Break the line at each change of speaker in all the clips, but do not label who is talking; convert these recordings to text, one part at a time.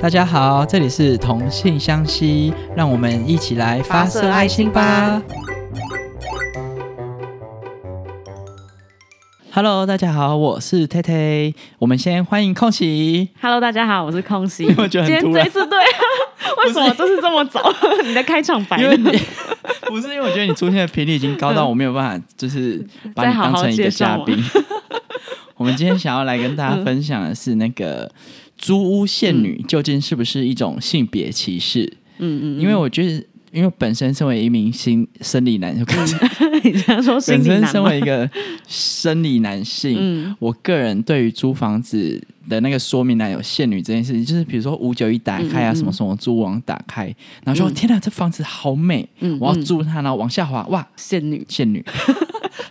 大家好，这里是同性相吸，让我们一起来发射爱心吧。Hello，大家好，我是 t 泰，我们先欢迎空 喜。
Hello，大家好，我是空 袭。
你有没有觉得很
今天
突
这
然
一次对啊， 为什么这是这么早？ 你的开场白
因为你 不是因为我觉得你出现的频率已经高到我没有办法，就是把
嗯再
你
好好
当成一个
介绍
嘉
我嗯
宾。 我们今天想要来跟大家分享的是那个租屋限女究竟是不是一种性别歧视？
嗯嗯，
因为我觉得。因为本身身为一名心生理男，就 感觉
你这样说 心
本
里
身
难
身
吗
为？一个生理男性，
嗯
我个人对于租房子的那个说明栏有限女这件事情，就是比如说五九一打开啊，
嗯嗯嗯
什么什么租网打开，然后说、
嗯
天哪，这房子好美，
嗯
我要
嗯
住它，然后往下滑，哇，
仙女，
限 女，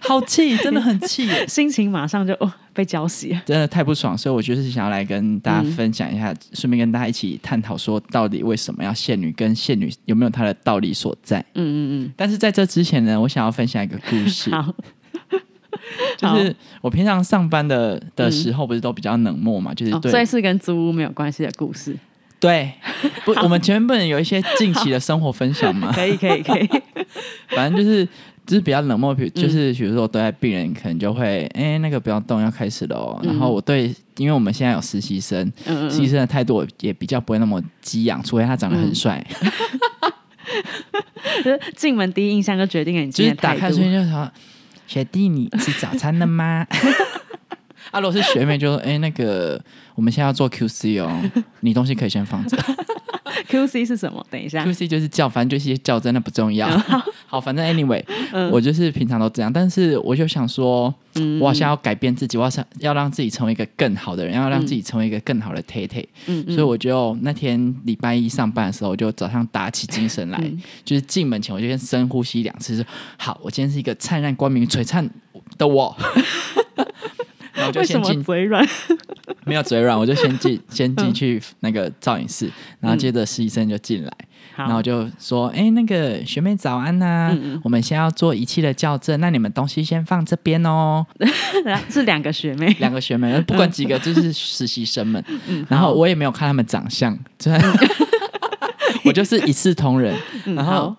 好气，真的很气 耶，
心情马上就哦被浇熄了。
真的太不爽，所以我就是想要来跟大
嗯
家分享一下，顺便跟大家一起探讨说，到底为什么要限女，跟限女有没有它的道理所在。
嗯嗯
但是在这之前呢，我想要分享一个故事
嗯，， 好，
就是我平常上班的的时候，不是都比较冷漠嘛，就是
嗯哦
对、
所以是跟租屋没有关系的 故事，
对，不，我们前面不能有一些近期的生活分享嘛，
可以可以可以，
反正就是就是比较冷漠，比如
嗯
就是比如说我对待病人，可能就会哎、那个不要动，要开始了哦。然后我对，因为我们现在有实习生，
嗯嗯嗯
实习生的态度也比较不会那么激昂，除非他长得很帅，
嗯，就是进门第一印象就决定了你
就
今
是
天的
打
态
开
度
瞬。间就说：“学弟，你吃早餐了吗？” 啊，如果是学妹就说：“哎、那个我们现在要做 QC 哦，你东西可以先放着。”
QC 是什么？等一下，
QC 就是叫，反正就是一些叫，真的不重要。 好，反正 anyway，、
嗯
我就是平常都这样，但是我就想说，
嗯
我好像要改变自己，我好像要让自己成为一个更好的人，要让自己成为一个更好的 Tay Tay、
嗯
所以我就那天礼拜一上班的时候，我就早上打起精神来，
嗯
就是进门前我就先深呼吸两次，说好，我今天是一个灿烂光明璀璨的 我。然后我就
为什
先
么嗯
进
嘴软？
没有嘴软，我就先进先进去那个造影室，然后接着实习生就进来，
好
然后我就说：“哎、那个学妹早安呐、
嗯嗯
我们先要做仪器的校正，那你们东西先放这边哦。
嗯是两个学妹”，
两个学 妹，不管几个，就是实习生们。
嗯
然后我也没有看他们长相，就是 我就是一视同仁。
嗯
然后
好，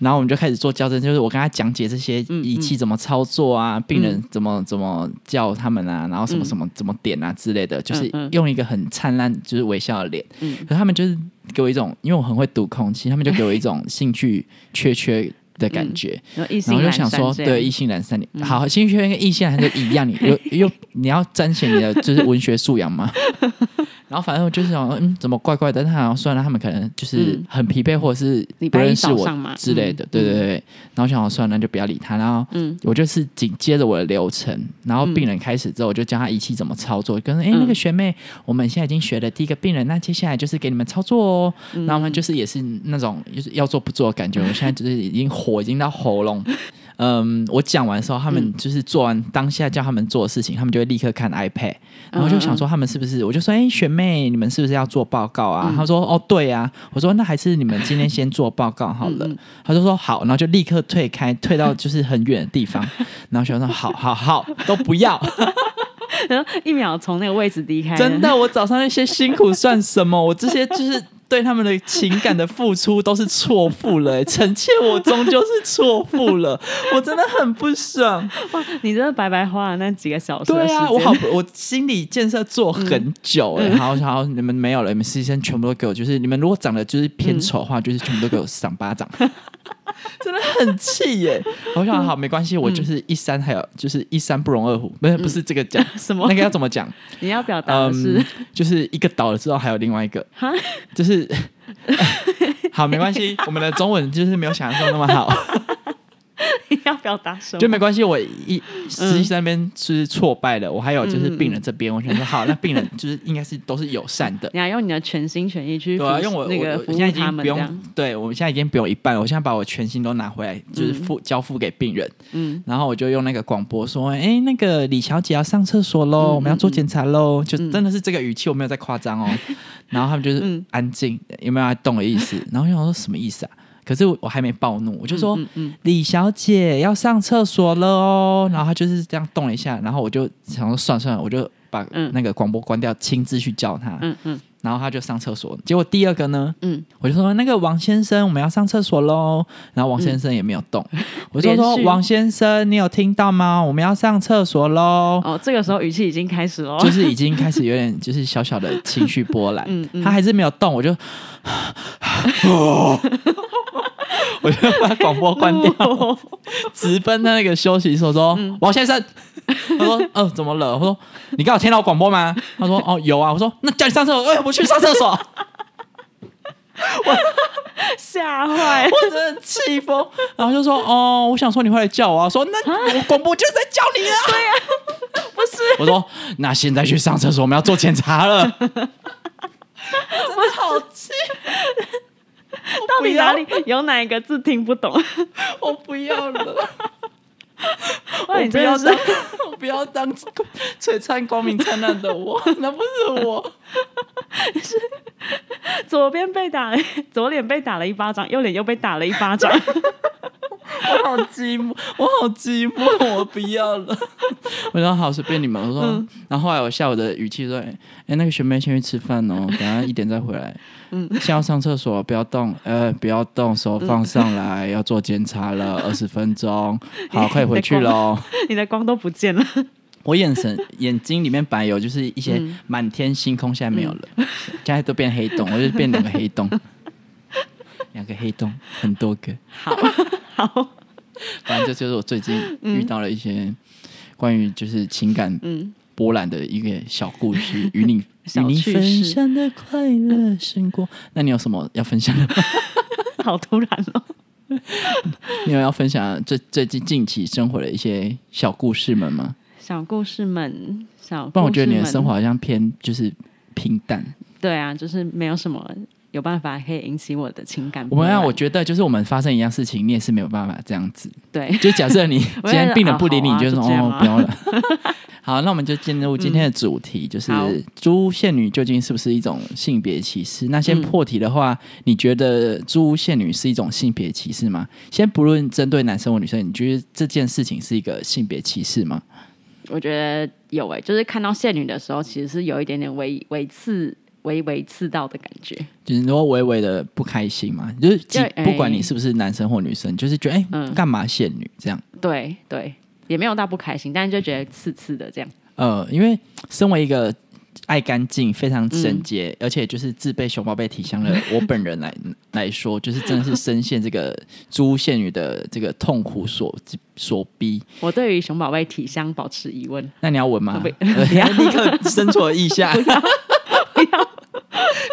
然后我们就开始做校正，就是我跟他讲解这些
嗯
仪器怎么操作啊，病人怎么怎么叫他们啊，然后什么什么怎么点啊之类的，就是
嗯
用一个很灿烂就是微笑的脸。
嗯
可是他们就是给我一种，因为我很会读空气，他们就给我一种兴趣缺缺的感觉。
然后异
然
性
后就
阑
想
珊
说，
这样嗯
对异性阑珊，你好，兴趣缺跟异性阑珊就一样，你 又又你要彰显你的就是文学素养 嘛。然后反正我就是想说，嗯，怎么怪怪的？但他好像虽然他们可能就是
嗯
很疲惫，或者是
礼
不
拜一
认识
早
我
上嘛
之类的，
嗯
对对对。对然后想好算了，那就不要理他。然后
嗯
我就是紧接着我的流程，然后病人开始之后，我就教他仪器怎么操作，跟哎、诶
嗯
那个学妹，我们现在已经学了第一个病人，那接下来就是给你们操作哦。
嗯
然后他们就是也是那种就是要做不做的感觉，我现在就是已经火已经到喉咙。嗯，我讲完的时候，他们就是做完当下叫他们做的事情，他们就会立刻看 iPad，然后我就想说他们是不是？我就说，哎、学妹，你们是不是要做报告啊？他说，哦，对啊。我说，那还是你们今天先做报告好了。他就说好，然后就立刻退开，退到就是很远的地 方。然后学生说好好好，都不 要。 哎
然后一秒从那个位置离开，
真的，我早上那些辛苦算什么？我这些 就是对他们的情感的付出都是错付了、欸，臣妾我终究是错付了，我真的很不爽。
哇，你真的白白花了那几个小时的
对啊，
时间嗯
我好，不，我心理建设做很久哎、欸，然后然后你们没有了，你们实习生全部都给我，就是你们如果长得就是偏丑的
嗯
话，就是全部都给我赏巴 掌，真的很气耶、我
嗯
想好没关系，我就是一山还有就是一山不容二虎，不是不是这个讲。
嗯 什么？
那个要怎么 讲？
你要表达的是
嗯，就是一个倒了之后还有另外一个，
哈，
就是 好没关系，我们的中文就是没有想象中那么好。
你 要表达什么？，
就没关系，我一实习生那边是挫败的，我还有就是病人这边，我想说好，那病人就是应该是都是友善的
你要用你的全心全意去
对啊，
服
因为我
那个
我
服
我现在
务
已
他
经
们
不
这
用
样，，
对我现在已经不用一半了，我现在把我全心都拿回来，就是付交付给病人，
嗯
然后我就用那个广播说，哎，那个李小姐要上厕所
嗯
喽，我们要做检查喽，就真的是这个语气，我没有在夸张 哦。然后他们就是
嗯
安静，有没有要动的意 思？然后我想说什么意思啊？可是我我还没暴怒，我就说。
嗯嗯，
李小姐要上厕所了哦，然后她就是这样动了一下，然后我就想说算了算了，我就把
嗯
那个广播关掉，亲自去叫她。
嗯嗯
然后他就上厕所。结果第二个呢，
嗯，
我就说那个王先生，我们要上厕所喽。然后王先生也没有动，我就说
嗯连续
王先生，你有听到吗？我们要上厕所喽。
哦，这个时候语气已经开始了，哦
就是已经开始有 点就是小小的情绪波澜，
嗯嗯
他还是没有动，我就， 哦我就把广播关 掉，
掉，
直奔那个休息室，我说、
嗯
王先 生，他说呃怎么了？我说你刚好听到广播吗？他说哦有啊，我说那叫你上厕所，哎、我去上厕所，
吓坏，
我真的气疯，然后就说哦我想说你会来叫我、啊，说那我广播就是在叫你 啊，
不是，
我说那现在去上厕所，我们要做检查了，我真的好气。
到
不
底
要
哪里有哪一个字听不懂？
我不要了，
哇，你
我不
真
要
的
当
是，
我不要当 璀璨光明灿烂的我，那不是我。
左边被打了， 左脸被打了一巴掌，右脸又被打了一巴掌。
我好寂寞，我好寂寞，我不要了。 嗯我说好，随便你们。我说，然后后来我下午的语气说，哎、哎那个学妹先去吃饭 哦，等下一点再回来。嗯，先要上厕所，不要动，呃，不要动，手放上来，要做检查了，二十分 钟。好，快回去喽。
你的光都不见了，
我眼神眼睛里面本来有就是一些
嗯
满天星空，现在没有了，现在都变黑洞，我就变两个黑 洞，两个黑洞，很多个。
好好，
反正这就是我最近遇到了一些关于就是情感
嗯，
波澜的一个小故 事，与你
小
与你
趣事
分享的快乐胜过。那你有什么要分享 的吗？
好突然哦。
你有要分享最最近近期生活的一些小故事们吗？
小故事们，小故事们，
不然我觉得你的生活好像偏就是平淡。
对啊，就是没有什么有办法可以引起我的情感
我
波
们
澜。
要，我觉得就是我们发生一样事情，你也是没有办法这样子。
对，
就假设你今
我也是
天病人不理你，
啊
你就说
好啊就这样
哦
啊嗯
不用了。 好，那我们就进入今天的主题，就是
好
租屋限女究竟是不是一种性别歧视？那
嗯
先破题的话，你觉得租屋限女是一种性别歧视吗？先不论针对男生或女生，你觉得这件事情是一个性别歧视吗？
我觉得有诶、就是看到仙女的时候，其实是有一点点微微刺、微微刺到的感觉。
就是如果微微的不开心嘛，就是即
对哎
不管你是不是男生或女生，就是觉得哎
嗯
干、嘛限女这样。
对对，也没有到不开心，但是就觉得刺刺的这样。
呃，因为身为一个爱干净、非常整洁，而且就是自备熊宝贝体香的我本人来来说，就是真的是深陷这个 朱仙女的这个痛苦所所逼。
我对于熊宝贝体香保持疑问，
那你要闻吗？
不
呃你要立刻伸出腋下。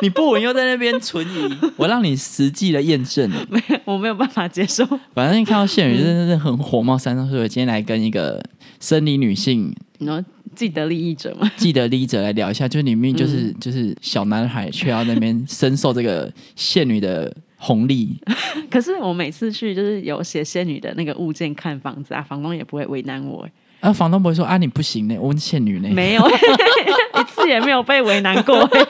你不闻又在那边存疑，我让你实际的验证了。
我没有办法接受。
反正一看到仙女真的是很火冒三丈，所以我今天来跟一个生理女性
你说既得利益者嘛？
记得 l 者来聊一下， 就是你明明就是、
嗯
就是小男孩，却要那边深受这个仙女的红利，
可是我每次去就是有写仙女的那个物件看房子啊，房东也不会为难我、欸
然后房东不会说啊你不行呢，我们仙女呢？
没有、 一次也没有被为难过、 欸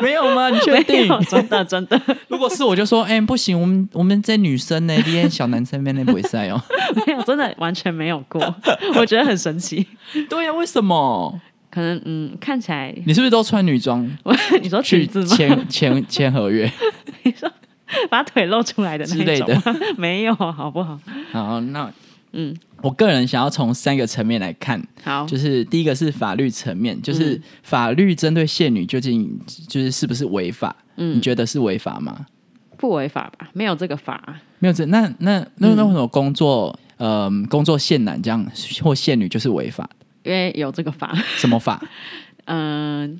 没有吗？你确
没
定？
有，真的真的
如果是我就说，哎、不行，我们我们这女生呢，这些小男生那边不会晒 哦。
没有，真的完全没有过，我觉得很神奇。
对
啊
呀、为什么？
可能嗯，看起来
你是不是都穿女装
我你说裙
去
子吗？
签签签合 约？
你说 把腿露出来的那
之类
一种吗？ 没有，好不好？
好，那
嗯，
我个人想要从三个层面来看，
好，
就是第一个是法律层面，就是法律针对限女究竟就是是不是违法？你
嗯，
觉得是违法吗？
不违法吧？没有这个法，
没有这那那那那为什么工作嗯、工作限男这样或限女就是违法？
因为有这个法，
什么法？
嗯、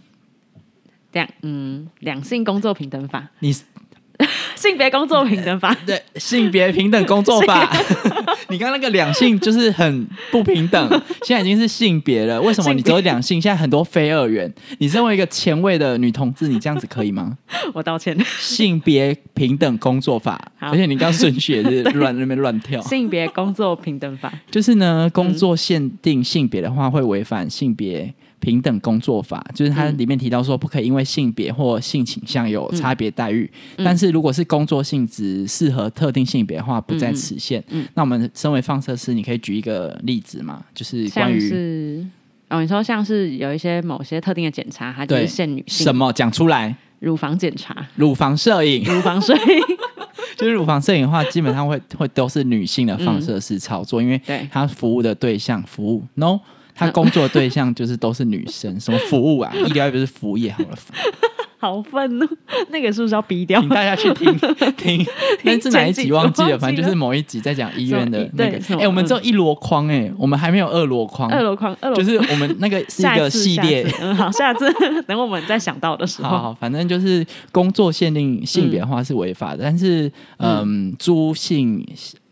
两嗯两性工作平等法，
你
性别工作平等法，
对性别平等工作法？ 你刚刚那个两性就是很不平 等，现在已经是性别了，为什么
性别
你只有两性？现在很多非二元，你身为一个前卫的女同志，你这样子可以吗？
我道歉，
性别平等工作法，
好
而且你刚顺序也是乱那边乱 跳。
性别工作平等法，
就是呢，工作限定性别的话，会违反性别平等工作法，
嗯
就是它里面提到说，不可以因为性别或性倾向有差别待遇。
嗯
但是如果是工作性质适合特定性别的话，不在
嗯
此限。那我们身为放射师，你可以举一个例子嘛？就是关
像
于
是哦，你说像是有一些某些特定的检查，它就是
对
限女性
什么讲出来？
乳房检查、
乳房摄影，
乳房水，
就是乳房摄影的话，基本上会会都是女性的放射式操作，因为
嗯对
她服务的对象服务 no，她工作对象就是都是女生，什么服务啊，医疗不是服务业好了，
好愤怒，那个是不是要逼掉
请？大家去听听，但是哪一集忘记
忘记
了，
了
反正就是某一集在讲医院的那个
对什，么嗯
哎，我们只有一箩筐哎，我们还没有二箩筐，
二楼框，二楼
就是我们那个是一个系列
下一。次嗯，好，下次等我们再想到的时
好
候，
好，反正就是工作限定性别的话是违法的，但是嗯，租性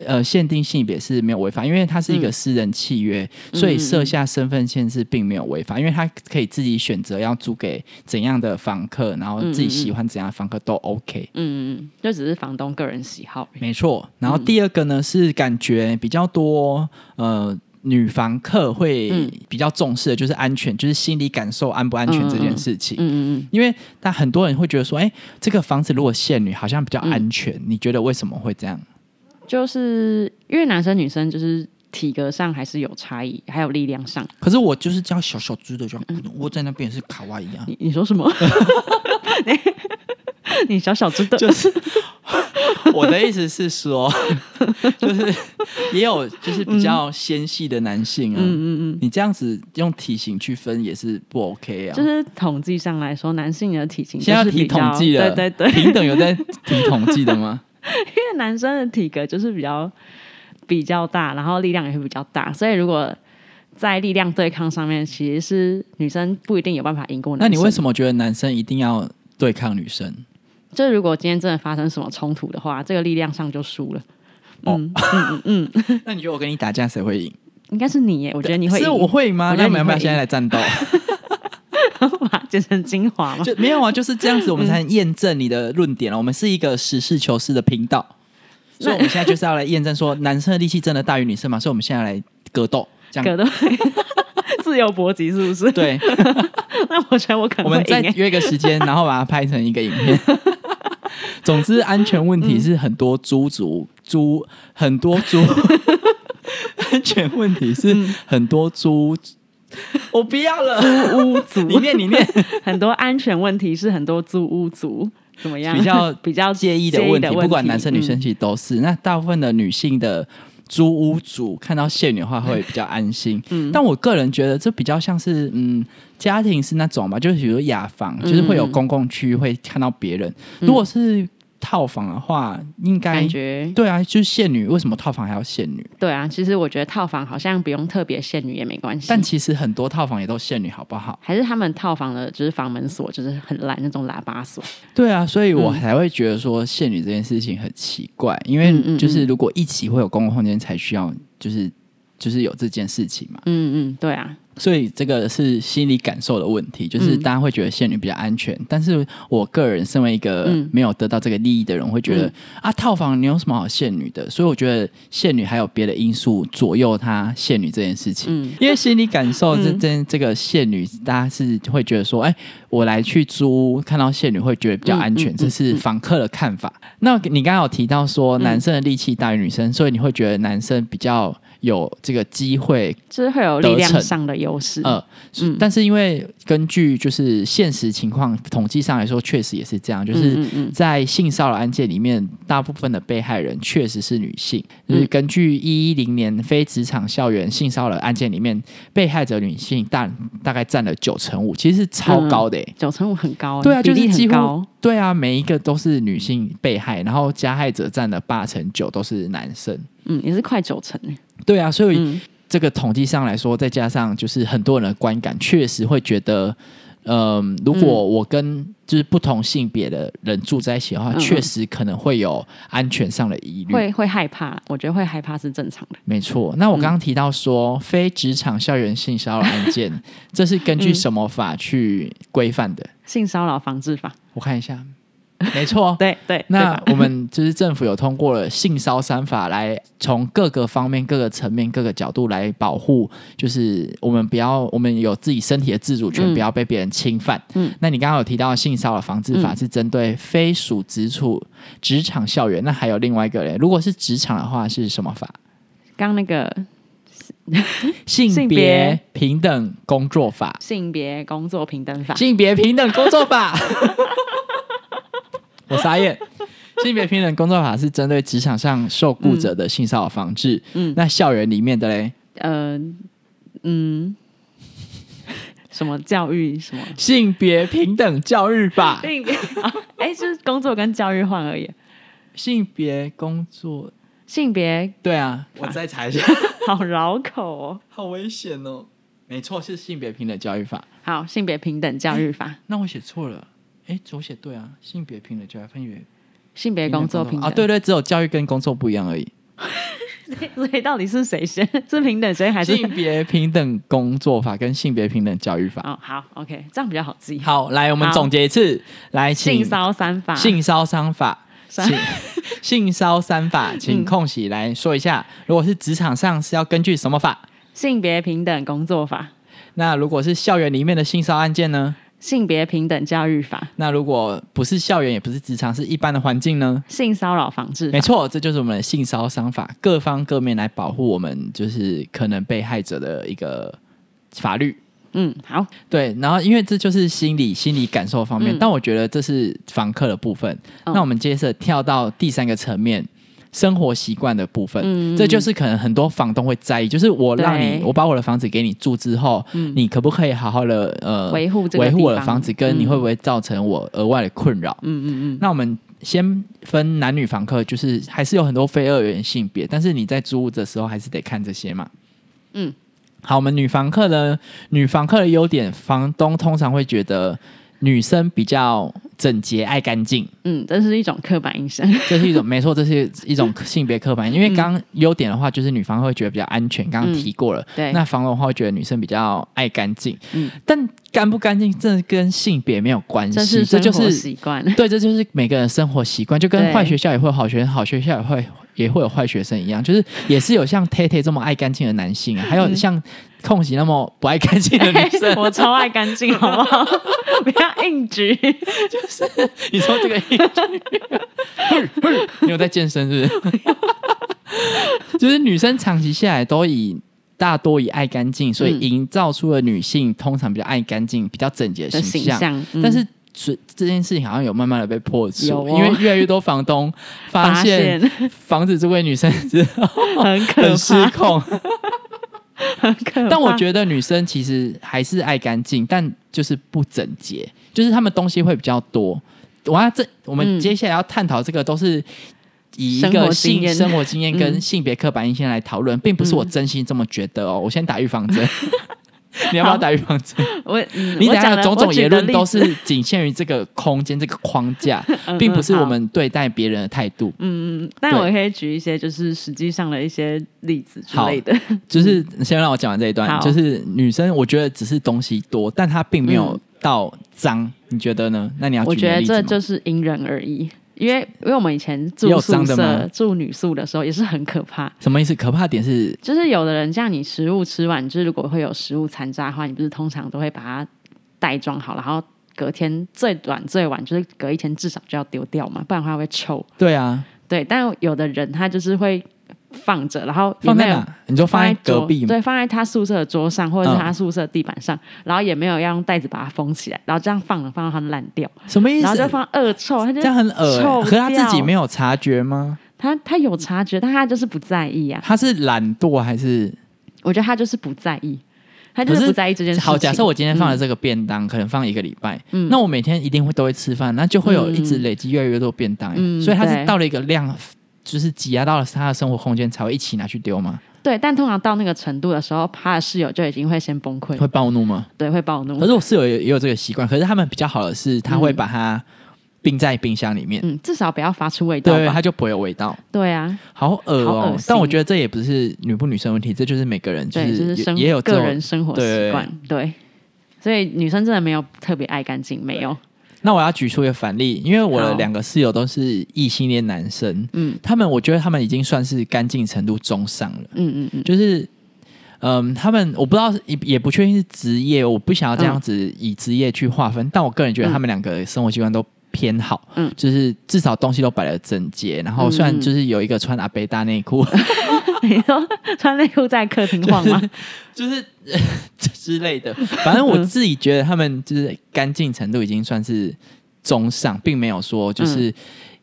呃限定性别是没有违法，因为它是
嗯
一个私人契约，所以设下身份限制并没有违法，因为他可以自己选择要租给怎样的房客，然后自己喜欢怎样的房客都 OK。
嗯，嗯，就只是房东个人喜好而已。
没错，然
嗯
后第二个呢、是感觉比较多呃女房客会
嗯
比较重视的就是安全，就是心理感受安不安全这件事情。
嗯嗯
因为但很多人会觉得说，哎、这个房子如果限女好像比较安全，你觉得为什么会这样？
嗯，就是因为男生女生就是体格上还是有差异，还有力量上。
可是我就是叫小小只的，就
嗯
窝在那边也是卡哇伊啊，
你你说 什么？你你小小只的，
就是 我的意思是说， 就是也有就是比
嗯
较纤细的男性啊，嗯嗯嗯，你这样子用体型去分也是不 OK 啊，
就是统计上来说，男性的体型
现在要
就是
提
比较
统计了，
对对对，
平等有在提统计的吗？
因为男生的体格就是比较比较大，然后力量也会比较大，所以如果在力量对抗上面，其实是女生不一定有办法赢过
那
男生。
你为什么觉得男生一定要对抗女生？
就是如果今天真的发生什么冲突的话，这个力量上就输了。嗯嗯嗯嗯，
那你觉得我跟你打架谁会赢？
应该是你耶，我觉得你会赢
是我会吗？
我觉
那
得
我
你
们要不要
会赢
现在来 战斗？
把它剪成精华 嘛。
就没有啊，就是这样子，我们才能验证你的论点了。我们是一个实事求是的频道，所以我们现在就是要来验证说，男生的力气真的大于女生嘛？所以我们现在来格斗，这样
格斗 自由搏击是不是？，
对。
那我觉得我可
我
能会
们再
赢耶。
约个时间，然后把它拍成一个影片。 总之，安全问题是很多猪族猪很多 猪，安全问题是很多猪。嗯我不要了，
租屋族
你念你念。
很多安全问题是很多租屋族怎么 样
比较
比较
介意的
问嗯
问题，嗯不管男生女生其实都是。那大部分的女性的租屋主看到现女的话会比较安心。但我个人觉得这比较像是嗯，家庭是那种吧，就是比如说雅房，就是会有公共区域会看到别人。如果是套房的话，应该
感觉
对啊，就是现女。为什么套房还要现女？
对啊，其实我觉得套房好像不用特别限女也没关系，
但其实很多套房也都现女，好不好？
还是他们套房的，就是房门锁就是很烂那种喇叭锁。
对啊，所以我才会觉得说限女这件事情很奇怪，因为就是如果一起会有公共空间才需要，就是就是有这件事情嘛，
嗯嗯，对啊，
所以这个是心理感受的问题，就是大家会觉得限女比较安全，但是我个人身为一个没有得到这个利益的人，会觉得、啊套房你有什么好限女的？所以我觉得限女还有别的因素左右她限女这件事情，
嗯
因为心理感受这这这个限女，大家是会觉得说，哎、我来去租，看到限女会觉得比较安全，这是访客的看法。那你刚刚有提到说，男生的力气大于女生，所以你会觉得男生比较有这个机会，
就是会有力量上的优势。
呃，
嗯
但是因为根据就是现实情况统计上来说，确实也是这样，就是。
嗯嗯
在性骚扰案件里面，大部分的被害人确实是女性。
嗯
就是根据一一零年非职场校园性骚扰案件里面，被害者女性大大概占了九成五，其实是超高的、欸。
九成五很高欸，
对啊，
比
就
例
是几
很
乎
高。
对啊，每一个都是女性被害，然后加害者占了八成九都是男生。
嗯，也是快九成欸
对啊，所以
嗯
这个统计上来说，再加上就是很多人的观感，确实会觉得，嗯、如果我跟就是不同性别的人住在一起的话，
嗯嗯
确实可能会有安全上的疑虑。
会嗯会害怕，我觉得会害怕是正常的。
没错。那我刚刚提到说，非职场校园性骚扰案件，这是根
嗯
据什么法去规范的？
性骚扰防 治法，
我看一下，没错。
对对，对
那
吧
我们就是政府有通过了性骚三法，来从各个方面、各个层面、各个角度来保护，就是我们不要，我们有自己身体的自主权，
嗯
不要被别人侵犯。
嗯
那你刚刚有提到性骚扰防治法是针对非属职处、职场、校园，那还有另外一个人，如果是职场的话是什么法？
刚那个
性
性
别
别
平等工作法，
性别工作平等法，
性别平等工作法， 我傻眼。性别平等工作法是针对职场上受雇者的性骚扰防治。
嗯
那校园里面的嘞，
呃，嗯，什么教育什么
性别平等教育法，
性别，啊 哎、就是工作跟教育换而已。
性别工作，
性别
对啊，我再查一下，
好绕口哦。
好危险哦。没错，是性别平等教育法。
好，性别平等教育法，
那我写错了，哎，我写对啊，性别平等教育法，性别
性别工作平
啊，
等
对对，只有教育跟工作不一样而已。
对，所以到底是谁先？是平等谁还是？
性别平等工作法跟性别平等教育法。
哦，好，OK，这样比较好记。
好，来我们
好
总结一次，来请
性骚三法，
性骚三法，请
三嗯
性骚三法，请空喜来说一下，如果是职场上是要根据什么法？
性别平等工作法，
那如果是校园里面的性骚案件呢？
性别平等教育法，
那如果不是校园，也不是职场，是一般的环境呢？
性骚扰防治法
没。错，这就是我们的性骚伤法，各方各面来保护我们，就是可能被害者的一个法律。
嗯，好，
对，然后因为这就是心理心理感受方面，
嗯
但我觉得这是房客的部分。
嗯
那我们接着跳到第三个层面，生活习惯的部分，
嗯
这就是可能很多房东会在意，就是我让你
对
我把我的房子给你住之后，
嗯
你可不可以好好的呃
维护这个
维护我的
地方
房子，跟你
嗯
会不会造成我额外的困扰？
嗯嗯嗯，
那我们先分男女房客，就是还是有很多非二元性别，但是你在租屋的时候还是得看这些嘛。
嗯，
好，我们女房客呢，女房客的优点，房东通常会觉得女生比较整洁、爱干净，
嗯，这是一种刻板印象。
这是一种没错，这是一种性别刻板。因为
嗯
刚刚优点的话，就是女房客会觉得比较安全，刚刚提过了。
对，
那房东的话，会觉得女生比较爱干净，
嗯
但干不干净，这跟性别没有关
这
系，
是
这
生
就
活
是
习惯。
对，这就是每个人生活习惯，就跟
对
坏学校也会有好学生，好学校也会也会有坏学生一样，就是也是有像 Tay Tay 这么爱干净的男性、啊，还有像空喜那么不爱干 净的女生
嗯。我超爱干净， 好不好？ 不要硬举。
你说这个英语，你有在健身是不是？就是女生长期下来都以。大多以爱干净，所以
嗯
营造出了女性通常比较爱干净、比较整洁
的
形
形
象。
象，嗯
但是这这件事情好像有慢慢的被破除，
有哦
因为越来越多房东发
发
现
现
房子租给女生之后
很可
很失
怕，
控。
很可 怕。
但我觉得女生其实还是爱干净，但就是不整洁，就是她们东西会比较多。哇，这我们
嗯
接下来要探讨这个都是。以一
生
个
活经
性
验
生活经验跟
嗯
性别刻板印象来讨论，并不是我
嗯
真心这么觉得哦。我先打预防针，你要不要
好
打预防针？
得我，嗯
你
我
等下
讲
的
的
种种言论都，
我举
是仅限于这个空间、这个框架，
个例子
并不是我。
嗯嗯好
们对待别人的态度。
嗯嗯，但
对
我可以举一些就是实际上的一些例子之
好
类的。
就是先让我讲完这一段，
好
就是女生，我觉得只是东西多，但她并没有到脏，你觉得呢？那你要
嗯我
举
觉
个
得
例子
这
吗？
就是因人而异，因为因为我们以前
也有
住
脏
宿
的吗
舍、住女宿的时候也是很可怕。
什么意思？可怕的点是
就是有的人像你食物吃完，就是如果会有食物残渣的话，你不是通常都会把它袋装好，然后隔天最短最晚就是隔一天至少就要丢掉嘛，不然的话会臭。
对啊，
对，但有的人他就是会放着，然后也
放
没
在
有
哪？你就放
放
在
在
隔
桌
壁嘛。
对，放在他宿舍的桌上或者是
嗯
他宿舍地板上，然后也没有要用袋子把它封起来，然后这样放着放到它烂掉，
什么意
然后
思
就？放恶臭，他就
这样很恶、欸，
臭
可她自己
掉
没有察觉吗？
他他有察觉，但他就是不在意啊。
她是懒惰还是？
我觉得他就是不在意，他就
可是
是不在意这件事情。
好，假设我今天放了这个便当，可能放一个礼拜，
嗯
那我每天一定会都会吃饭，那就会有一直累积越来越多便当、欸
嗯
所以它是
对
到了一个量，就是挤压到了他的生活空间，才会一起拿去丢吗？
对，但通常到那个程度的时候，他的室友就已经会先崩溃，
会暴怒吗？
对，会暴
可
怒。
是我室友也也有这个习惯，可是他们比较好的是，他会把它冰在冰箱里面，
嗯，至少不要发出味道
对，
吧。
它就不会有味道。
对啊，
好恶
好
哦、
恶心
但我觉得这也不是女不女生问题，这就是每个人就
对，就是是
也
生
也有这
个
种
人生活习惯，对。所以女生真的没有特别爱干净，没有，
那我要举出一个反例，因为我的
好
两个室友都是异性恋男生，嗯
嗯，
他们我觉得他们已经算是干净程度中上了，
嗯嗯嗯，
就是。嗯，他们我不知道是，也也不确定是职业，我不想要这样子以职业去划分，但我个人觉得
嗯
他们两个生活习惯都偏好，嗯
嗯，
就是至少东西都摆的整洁，然后虽然
嗯嗯
就是有一个穿阿贝大内裤，
你说穿内裤在客厅 晃吗？
就是、呃之类的。反正我自己觉得他们就是干净程度已经算是中上，并没有说
嗯
就是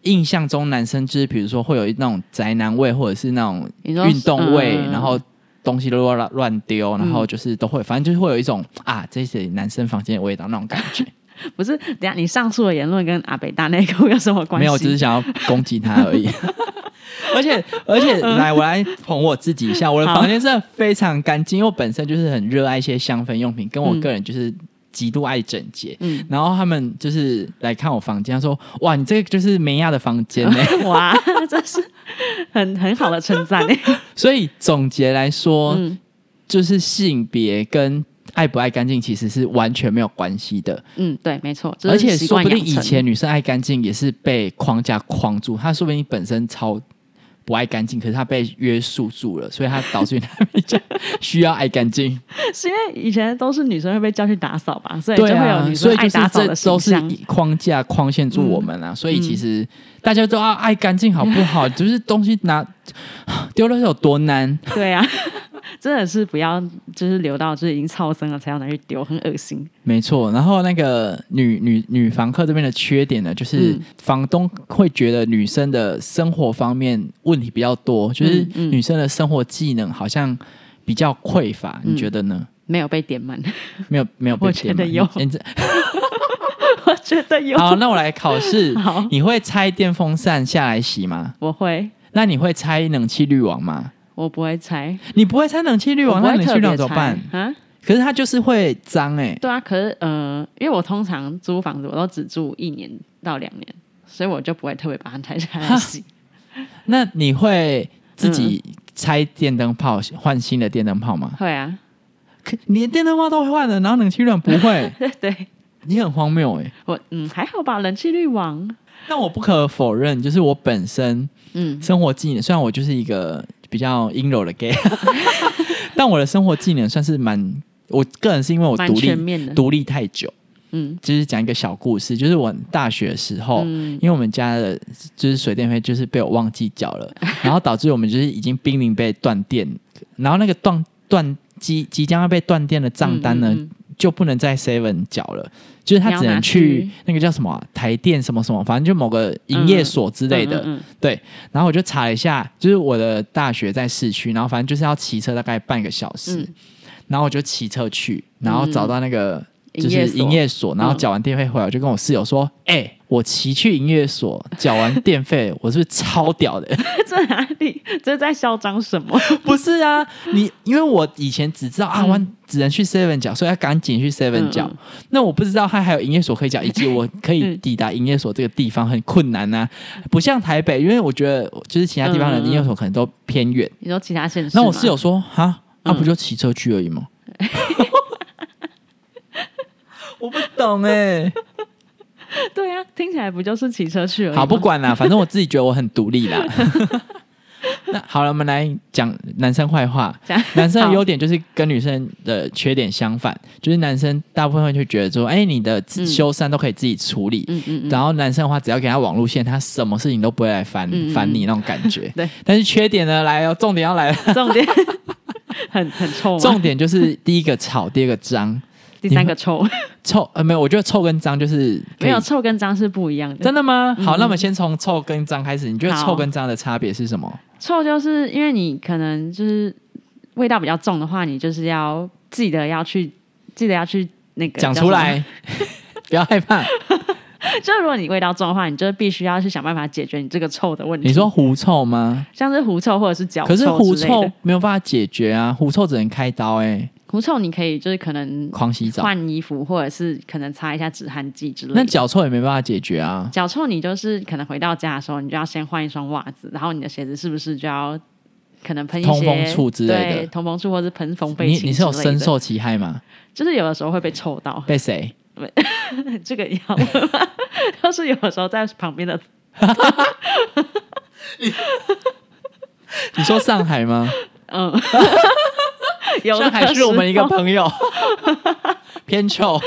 印象中男生就是比如说会有那种宅男味，或者是那种
你说
运动味，
嗯
然后。东西都乱乱丢，然后就是都会，反正就是会有一种啊，这是男生房间的味道那种感觉。
不是？等一下你上述的言论跟阿北大内裤有什么关
没
系？
有，只是想要攻击他 而已。而且而且，来，我来捧我自己一下。我的
嗯好
房间真的非常干净，因为我本身就是很热爱一些香氛用品，跟我个人就是极度爱整洁。
嗯
然后他们就是来看我房间，他说：“哇，你这个就是梅亚的房间呢、
哇，这是很很好的称赞诶。
所以总结来说，
嗯
就是性别跟爱不爱干净其实是完全没有关系的。
嗯，对，没错，这
而
是
且
习
说
惯
不定
养
以
成。
前女生爱干净也是被框架框住，她说不定本身超不爱干净，可是她被约束住了，所以她导致于她 比较需要爱干净。
是因为以前都是女生会被叫去打扫吧，所以就
对
会有
啊
女，生
所以
爱
就是
打扫
这都
的形
是
象。嗯
以框架框限住我们啊。所以其实大家都要爱干净，好不好？ 就是东西拿丢了有多难？
对啊， 真的是不要就是留到就是已经超生了才要拿去丢，很恶心。
没错，然后那个女女女房客这边的缺点呢，就是
嗯
房东会觉得女生的生活方面问题比较多，就是
嗯嗯
女生的生活技能好像比较匮乏，
嗯
你觉得呢？
没有被点满，
没有没有被
我觉
点吗
得有
你你这
我觉得有，。
好，那我来考试
好
你会拆电风扇下来洗吗？
我会，
那你会拆冷气滤网吗？
我不会拆，
你不会拆冷气滤
我
网，
不
那
会
冷气
特
滤
别
网怎么
拆
办？
啊？
可是它就是会脏哎、
对啊，可是呃，因为我通常租房子，我都只住一年到两年，所以我就不会特别把它拆下 来洗。
那你会自己
嗯
拆电灯泡换新的电灯泡吗？
会啊，，
可你连电灯泡都会换了，然后冷气滤网不会
对
你很荒谬哎、
我嗯还好吧，冷气滤网，
但我不可否认，就是我本身
嗯
生活技能，虽然我就是一个比较阴柔的 gay，但我的生活技能算是蛮，我个人是因为我
蛮
独
全
立
面的，
独立太久。
嗯
就是讲一个小故事，就是我大学的时候，
嗯
因为我们家的就是水电费就是被我忘记缴了， 然后导致我们就是已经濒临被断电，然后那个断断即即将要被断电的账单呢，
嗯嗯
就不能在 Seven 缴了，就是他只
你要拿
能
去
去那个叫什么啊、台电什么什么，反正就某个营业所之类的。
嗯嗯
对，然后我就查了一下，就是我的大学在市区，然后反正就是要骑车大概半个小时，
嗯
然后我就骑车去，然后找到那个
嗯
就
营业
是
所嗯
营业所，然后缴完电费回来，我就跟我室友说：“哎、我骑去营业所缴完电费，我是不是超屌的？”
嗯这哪里？这在嚣张什 么？
不是啊，你因为我以前只知道啊，
嗯
我只能去 Seven 缴，所以要赶紧去 Seven 缴。
嗯
那我不知道它还有营业所可以缴，以及我可以
嗯
抵达营业所这个地方很困难呐、不像台北，因为我觉得就是其他地方的
嗯嗯嗯
营业所可能都偏远。
你说其他县市？
那我室友，说哈，那、
嗯
不就骑车去而已 吗？我不懂哎、
对啊，听起来不就是骑车去而已吗
好不管啦，反正我自己觉得我很独立 啦。那好了，我们来讲男生坏话。
这样
男生的
好
优点就是跟女生的缺点相反，就是男生大部分会就觉得说，哎、你的自
嗯
修缮都可以自己处理。
嗯嗯嗯，
然后男生的话，只要给他网路线，他什么事情都不会来烦
嗯嗯嗯
烦你那种感觉。
对，
但是缺点呢，来哦，重点要来了。
重点 很很臭吗？
重点就是第一个吵，第二个脏，
第三个臭，
臭呃没有，我觉得臭跟脏就是可
没
以
有臭跟脏是不一样的。
真的吗？好，那我们先从臭跟脏开始。你觉得
好
臭跟脏的差别是什么？
臭就是因为你可能就是味道比较重的话，你就是要记得要去记得要去那个
讲出。来，不要害 怕。
叫什么 就是如果你味道重的话，你就必须要去想办法解决你这个臭的问题。
你说狐臭 吗？
像是狐臭或者是脚臭
可是狐
之类
臭
的
没有办法解决啊，狐臭只能开刀哎、
狐臭你可以就是可能
狂洗澡。
换衣服，或者是可能擦一下止汗剂之类的。
那脚臭也没办法解决啊。
脚臭，你就是可能回到家的时候，你就要先换一双袜子，然后你的鞋子是不是就要可能喷一些
通风处之类的
对，通风处或是喷风被
你
清
你是有
之类的
深，受其害吗？
就是有的时候会被臭到，
被谁？
这个也要 问吗就是有的时候在旁 边的，
你说上海吗？
嗯， 有的
上海是我们一个朋友，偏臭。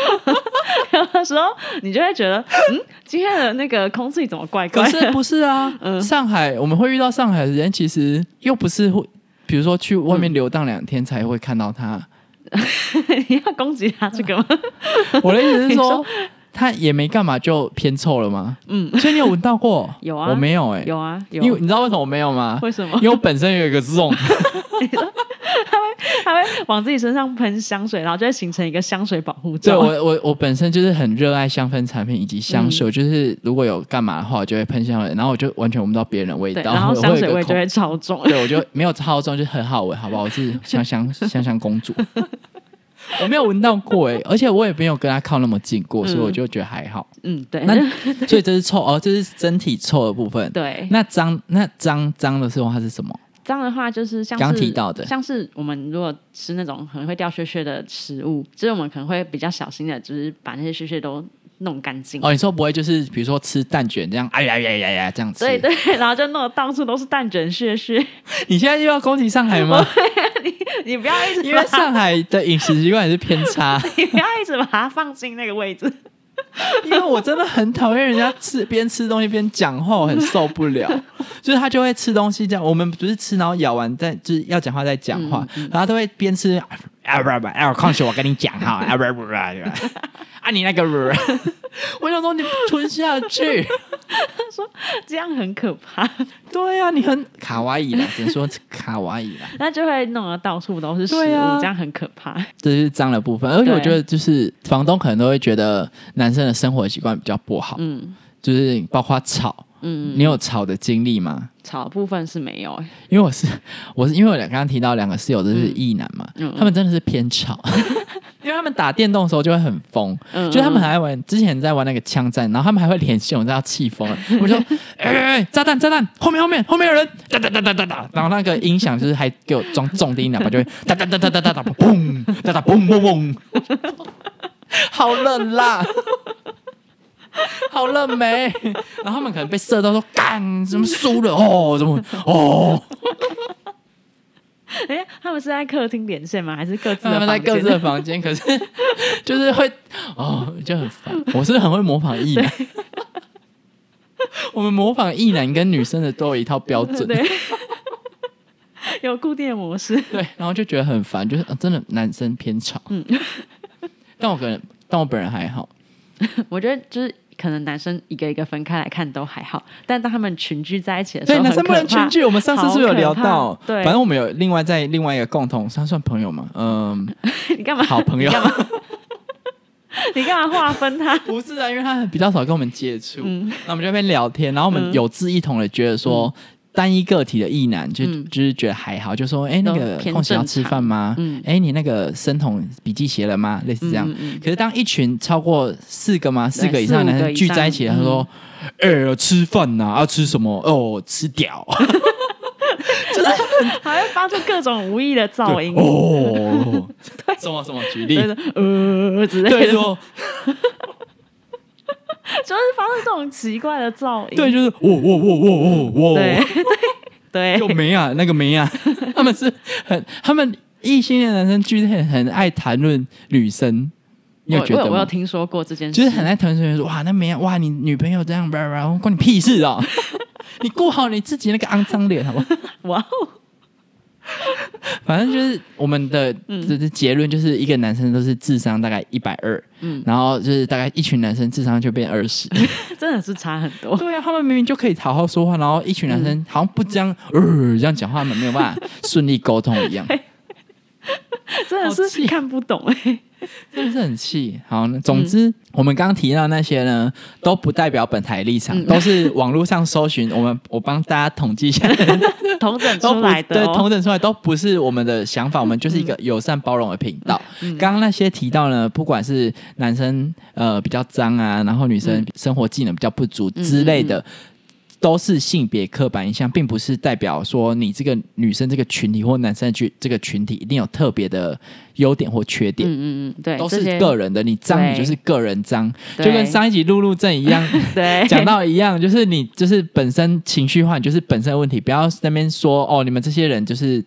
友， 有的时候你就会觉得，嗯，今天的那个空气怎么怪怪
可
的？
是不是啊？上海我们会遇到上海人，其实又不是会比如说去外
嗯
面流浪两天才会看到它。
你要攻击他这个吗？
我的意思是
你
说
说，
它也没干嘛就偏臭了吗？嗯，所以你有闻到过？
有啊
我没有哎、
有啊，有
因为你知道为什么我没有吗？
为什么
因为我本身有一个 zone，
他会往自己身上喷香水，然后就会形成一个香水保护
对
罩。
我我我本身就是很热爱香氛产品以及香
嗯
水，就是如果有干嘛的话，我就会喷香水，然后我就完全闻不到别人的味
对，
道，
然后
我
香
会
水
有
味
一个
就
恐
会超 重。
对，我就没有超重，就很好闻，好不好？我 是香香香香公主， 我没有闻到过哎、 而且我也没有跟她靠那么近过，所以我就觉得还好。
嗯，对，
那所以这是臭哦，这是身体臭的部分。
对。
那脏那脏脏的时候它是什么？
脏的话就是像
刚
是
提到的
像是我们如果吃那种可能会掉屑屑的食物，就是我们可能会比较小心的，就是把那些屑屑都弄干净。
哦，你说不会就是比如说吃蛋卷这样，哎呀呀呀呀这样吃？
对对，然后就弄得到处都是蛋卷屑屑。
你现在又要攻击上海吗？
你不要一直
因
把
为上海的饮食习惯也是偏差，
你不要一直把它放进那个位置。
因为我真的很讨厌人家吃边吃东西边讲话，我很受不了。就是他就会吃东西这样，我们不是吃然后咬完再就是要讲话再讲话，然后都会边吃啊不不哎，况且我跟你讲哈啊不不不啊你那个，我想说你吞下去，
这样很可怕，
对啊，你很卡哇伊 啦，只能说卡哇伊啦，
那就会弄得到处都是食物，
对啊
这样很可怕。
这是脏的部分。而且我
对
觉得就是房东可能都会觉得男生的生活习惯比较不好，
嗯
就是包括吵，
嗯，
你有吵的经历吗？
草的部分是没有、欸，
因为我是 我是因为我两刚刚提到两个室友都是异男嘛，
嗯嗯
他们真的是偏 吵， 因为他们打电动的时候就会很疯，
嗯
就是他们还爱玩之前在玩那个枪战，然后他们还会连线，我真的 要气疯了。我就哎、哎炸弹炸弹，后面后面后面有人，哒哒哒哒哒 哒，然后那个音响就是还给我装重低音喇叭，就会哒哒哒哒哒哒 哒嘣哒哒嘣嘣嘣，好冷啦。好冷没？ 然后他们可能被射到说干怎么输了哦，怎么哦，
哎、他们是在客厅连线吗？还是各自
他
的
们在
房间
各自的房间，可 是就是会哦，就很烦。我是很会模仿异男， 我们模仿异男跟女生的都有一套标准，
对，有固定的模式。
对然后就觉得很烦，就是、呃真的男生偏吵。嗯，但我可能，但我本人还好，
我觉得就是可能男生一个一个分开来看都还好，但当他们群居在一起的时
对
候，
男生不能
很可怕
群聚。我们上次是不是有聊
好
到
可怕？对
反正我们有另外在另外一个共同，算算朋友嘛，嗯，
你干嘛？
好朋友
你干嘛？ 你干嘛划分他？
不是啊，因为他比较少跟我们接触，
嗯
那我们就在那边聊天，然后我们有志一同的觉得说。单一个体的异男就、
嗯
就是觉得还好，就说哎、那个
都偏
空闲要吃
正常
饭吗？哎、
嗯
你那个生酮笔记写了吗？类似这样。
嗯嗯
可是当一群超过四个吗？四个以上的
四五个
人
以
聚在一起，
上嗯
他说：“哎、吃饭呐、啊，吃什么？哦，吃屌。，
还会发出各种无意的噪音
哦，什么什么？举例
对，的，呃之类
对，
的，
说
就是发出这种奇怪的噪音。
对，就是哦我我我我我我。
对 对
就
对，
没啊，那个没啊，他们是很他们异性恋男生聚会很爱谈论女生，你有
我
觉
我
得
有我有
吗？
听说过这件事，
就是很爱谈论女生说哇，那没啊，哇，你女朋友这样，叭叭叭，关你屁事啊！ 你顾好你自己那个肮脏脸，好不好？
哇哦，
反正就是我们的
嗯
就是结论，就是一个男生都是智商大概一百二，嗯
嗯，
然后就是大概一群男生智商就变二 十。
真的是差很多。
对啊，他们明明就可以好好说话，然后一群男生
嗯
好像不这样，呃，这样讲话，他们没有办法顺利沟通一样。
真的
好气
是看不懂哎、
真的是很
嗯
气。好，那总之、我们刚刚提到那些呢，都不代表本台立
嗯
场，都是网络上搜寻。我们我帮大家统计一下，
同整
都
出
不
来的、
对，
哦，嗯
同整出来都不是我们的想法，我们就是一个友善包容的频道。刚刚那些提到呢，不管是男生呃比较脏啊，然后女生
嗯
生活技能比较不足之类的。都是性别刻板印象，并不是代表说你这个女生这个群体或男生这这个群体一定有特别的优点或缺点。
嗯嗯嗯，对，
都
这
是
些
个人的，你脏
对
你就是个人脏，就
对
跟上一集露露症一 样
对
讲到一样，就是你就是本身情绪化，你就是本身的问题，不要在那边说哦，你们这些人就是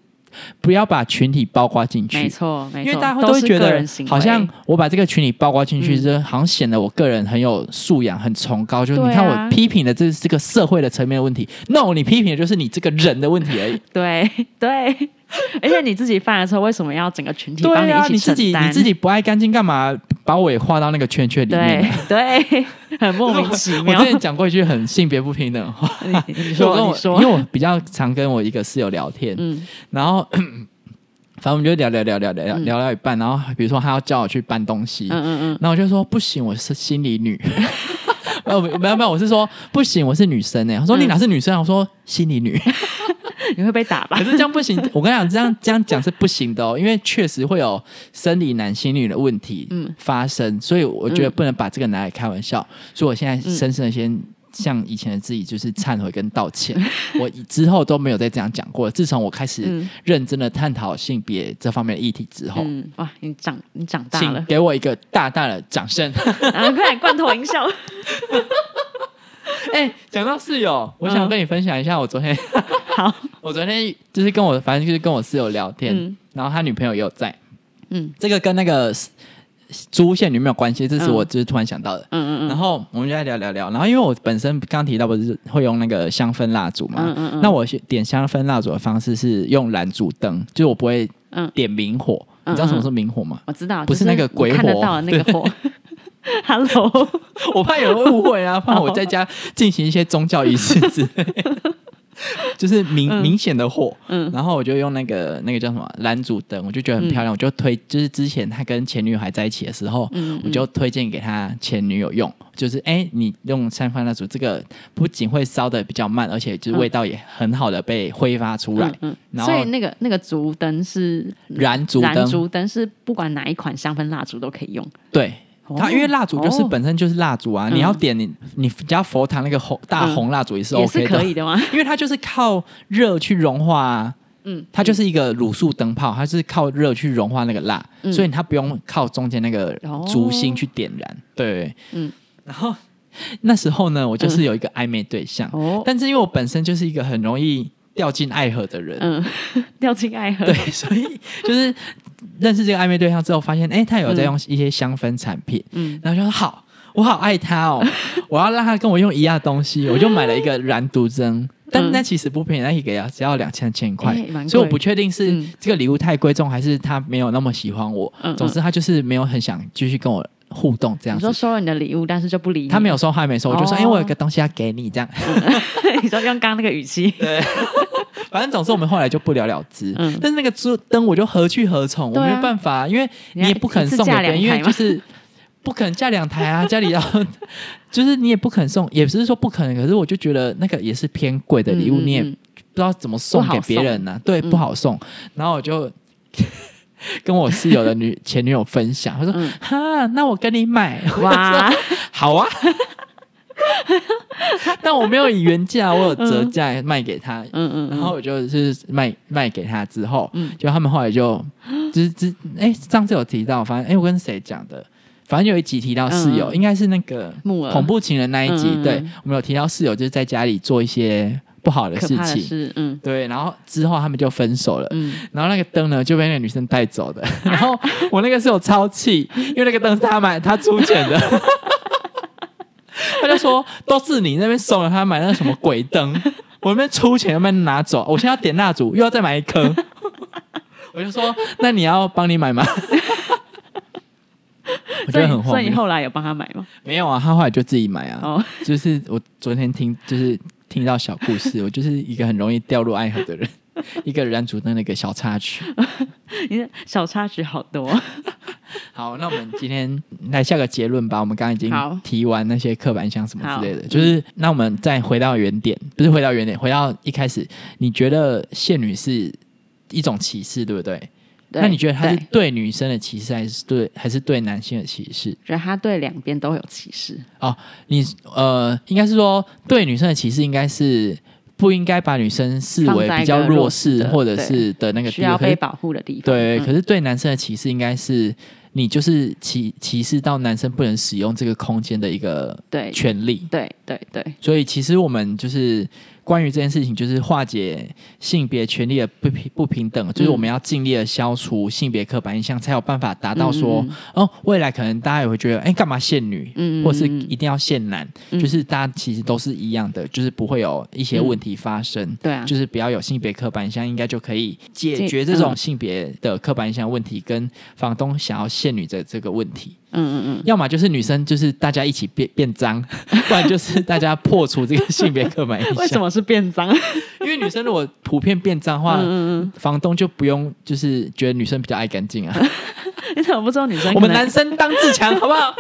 不要把群体包括进
没
去。
错没
因
错，
为大家
都
都会
是
觉
个
得
人行，为
好像我把这个群体包括进去，
嗯
就好像显得我个人很有素养、很崇高。就是你
对啊
看我批评的这是这个社会的层面的问题，no，你批评的就是你这个人的问题而已。
对对 而且你自己犯了错，为什么要整个群体
对
帮
啊，
一
你
起
自己
承担？
你自己不爱干净，干嘛把我也划到那个圈圈里面
对
来？
对， 很莫名其
我
妙
之。前讲过一句很性别不平等的话，
你 你
就我跟
说
我
你说，
因为我比较常跟我一个室友聊天，
嗯
然后 反正我们就聊聊聊聊聊
嗯
聊到一半，然后比如说他要叫我去搬东西，
嗯嗯嗯，
然后我就说不行，我是心理女。 没有没有没有，我是说不行，我是女生呢、他说
嗯
你哪是女生啊？我说心理女。
你会被打吧
可？是这样不 行，我跟你讲，这样这样讲是不行的哦，因为确实会有生理男心女的问题
嗯
发生，所以我觉得不能把这个拿来开玩笑。所以我现在深深的先向以前的自己就是忏悔跟道 歉，我以之后都没有再这样讲过了。自从我开始
嗯
认真的探讨性别这方面的议题之后，
嗯，哇，你长你长大
请
了，
给我一个大大的掌声。
然后快点罐头 营销。
哎、 讲到室友，我想
嗯
跟你分享一下，我 昨天
好，
我昨天就是跟我，反正就是跟我室友聊天，
嗯
然后他女朋友也有在，
嗯
这个跟那个租线女没有关系，这是
嗯
我就是突然想到的。
嗯嗯
然后我们就在聊聊聊，然后因为我本身刚提到不是会用那个香氛蜡烛嘛，
嗯嗯嗯
那我是点香氛蜡烛的方式是用蓝烛灯，就是我不会
嗯嗯，
点明火，
嗯
你知道什么是明火吗？
我知道，
不
就是
那个鬼
我看
火
得到的那个火。Hello，
我怕有人会误会 啊，怕我在家进行一些宗教仪式之类的， 就是明明显的火。
嗯
然后我就用那个那个叫什么蓝烛灯，我就觉得很漂亮，我就推，就是之前他跟前女友还在一起的时候，
嗯
我就推荐给他前女友用，就是哎、你用三番蜡烛，这个不仅会烧的比较慢，而且就是味道也很好的被挥发出来。
嗯，嗯
然
所以
后
那个那个烛灯是
燃烛
燃
灯，
烛灯是不管哪一款香氛蜡烛都可以用。
对。它因为
哦
蜡烛就是
哦
本身就是蜡烛啊，你要点你你家佛堂那个红大
嗯
红蜡烛也是
也
OK 的，
是可以的吗？
因为它就是靠热去融化、啊，
嗯，
它就是一个卤素灯泡，它是靠热去融化那个蜡，
嗯
所以它不用靠中间那个
哦
烛芯去点燃。对，
嗯，
然后那时候呢，我就是有一个暧昧对象，
哦，
但是因为我本身就是一个很容易掉进爱河的人，
嗯， 掉进爱河
对，，所以就是认识这个暧昧对象之后，发现哎、诶他有在用一些香氛产品，
嗯
然后就说好，我好爱他 哦，我要让他跟我用一样东西，我就买了一个燃毒针。但
嗯
那其实不便宜，那一个要只要两千千块
诶蛮，贵
所以我不确定是
嗯
这个礼物太贵重，还是他没有那么喜欢我。
嗯嗯
总之，他就是没有很想继续跟我互动这样
你
子
说。收了你的礼物，但是就不理你，
他没有收，他也没收，我就说：“
哦
哎、我有个东西要给你。”这样，
你说用刚刚那个语 气，
反正总之我们后来就不了了之。
嗯
但是那个猪灯，我就何去何从，我
对啊
没有办法，因为你也不可能
你要一次
送给
架
别人，
两
因为
台
就
吗
是不可能架两台 啊，家里要就是你也不可能送，也不是说不可能，可是我就觉得那个也是偏贵的礼物，
嗯嗯
你也
嗯
不知道怎么送给别人呢、对，
嗯
不好送。然后我就 跟我室友的女 前女友分享，她说
嗯：“
哈，那我跟你买。”
哇，
好 啊。但我没有以原价，我有折价卖给他，
嗯嗯，
然后我就是卖卖给他之后，
嗯
就他们后来 就就是之哎、上次有提到，反正哎、我跟谁讲的，反正有一集提到室友，
嗯
应该是那个
木耳
恐怖情人那一集，
嗯嗯嗯
对我们有提到室友就是在家里做一些不好的
可
事
怕的
情，
是，嗯
对，然后之后他们就分手了，
嗯，
然后那个灯呢就被那个女生带走的， 然后我那个室友超气，因为那个灯是他买，他出钱的， 他就说都是你那边送了他买那什么鬼灯，我那边出钱那边拿走，我现在要点蜡烛又要再买一颗， 我就说那你要帮你买吗？ 我觉
所以
得很
所
荒
以你
谬，
后来有帮他买吗？
没有啊，他后来就自己买啊，
哦，
就是我昨天听就是听到小故事，我就是一个很容易掉入爱河的人，一个燃烛灯的一个小插曲。
你的小插曲好多，
好，那我们今天来下个结论吧。我们刚刚已经
好
提完那些刻板印象什么之类的，
好
就是那我们再回到原点，不是回到原点，回到一开始，你觉得限女是一种歧视，对不对？
对
那你觉得它是
对
对女生的歧视，还是对还是对男性的歧视？
觉得他对两边都有歧视，
哦，你呃，应该是说对女生的歧视，应该是不应该把女生视
放
为
在
比
一
较
个
弱
弱势
势
的
或者
对
是的那个
需
地位
要
可是
被保护的地方，
对，
嗯
可是对男生的歧视应该是你就是歧歧视到男生不能使用这个空间的一个
对
权利。
对对对
所以其实我们就是关于这件事情，就是化解性别权利的不平不平等，
嗯
就是我们要尽力的消除性别刻板印象，才有办法达到说，哦，未来可能大家也会觉得，哎，干嘛限女，
嗯嗯嗯
或是
嗯
一定要限男，就是大家其实都是一样的，就是不会有一
嗯
些问题发生。
对啊，
就是不要有性别刻板印象，应该就可以解决
解
这种
嗯
性别的刻板印象问题，跟房东想要限女的这个问题。
嗯嗯
要么就是女生就是大家一起变变脏， 不然就是大家破除这个性别刻板印
嗯，
象。
为什？么是变脏？
因为女生如果普遍变脏的话，
嗯嗯
房东就不用就是觉得女生比较爱干 净啊。
嗯，你怎么不知道女生可能？
我们男生当自强好不 好？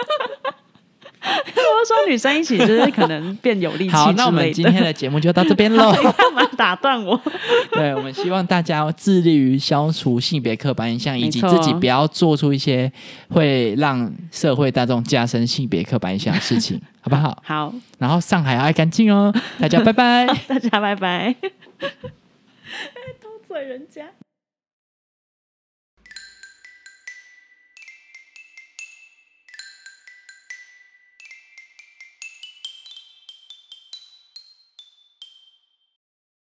我说女生一起就是可能变有力气之类的。
好，那我们今天的节目就到这 边 喽。
你干嘛打断我？
对，我们希望大家致力于消除性别刻板印象，以及
没错
自己不要做出一些会让社会大众加深性别刻板印象的事情，好不好？
好，
然后上海要爱干净 哦，大家拜拜。
大家拜拜。偷嘴人家。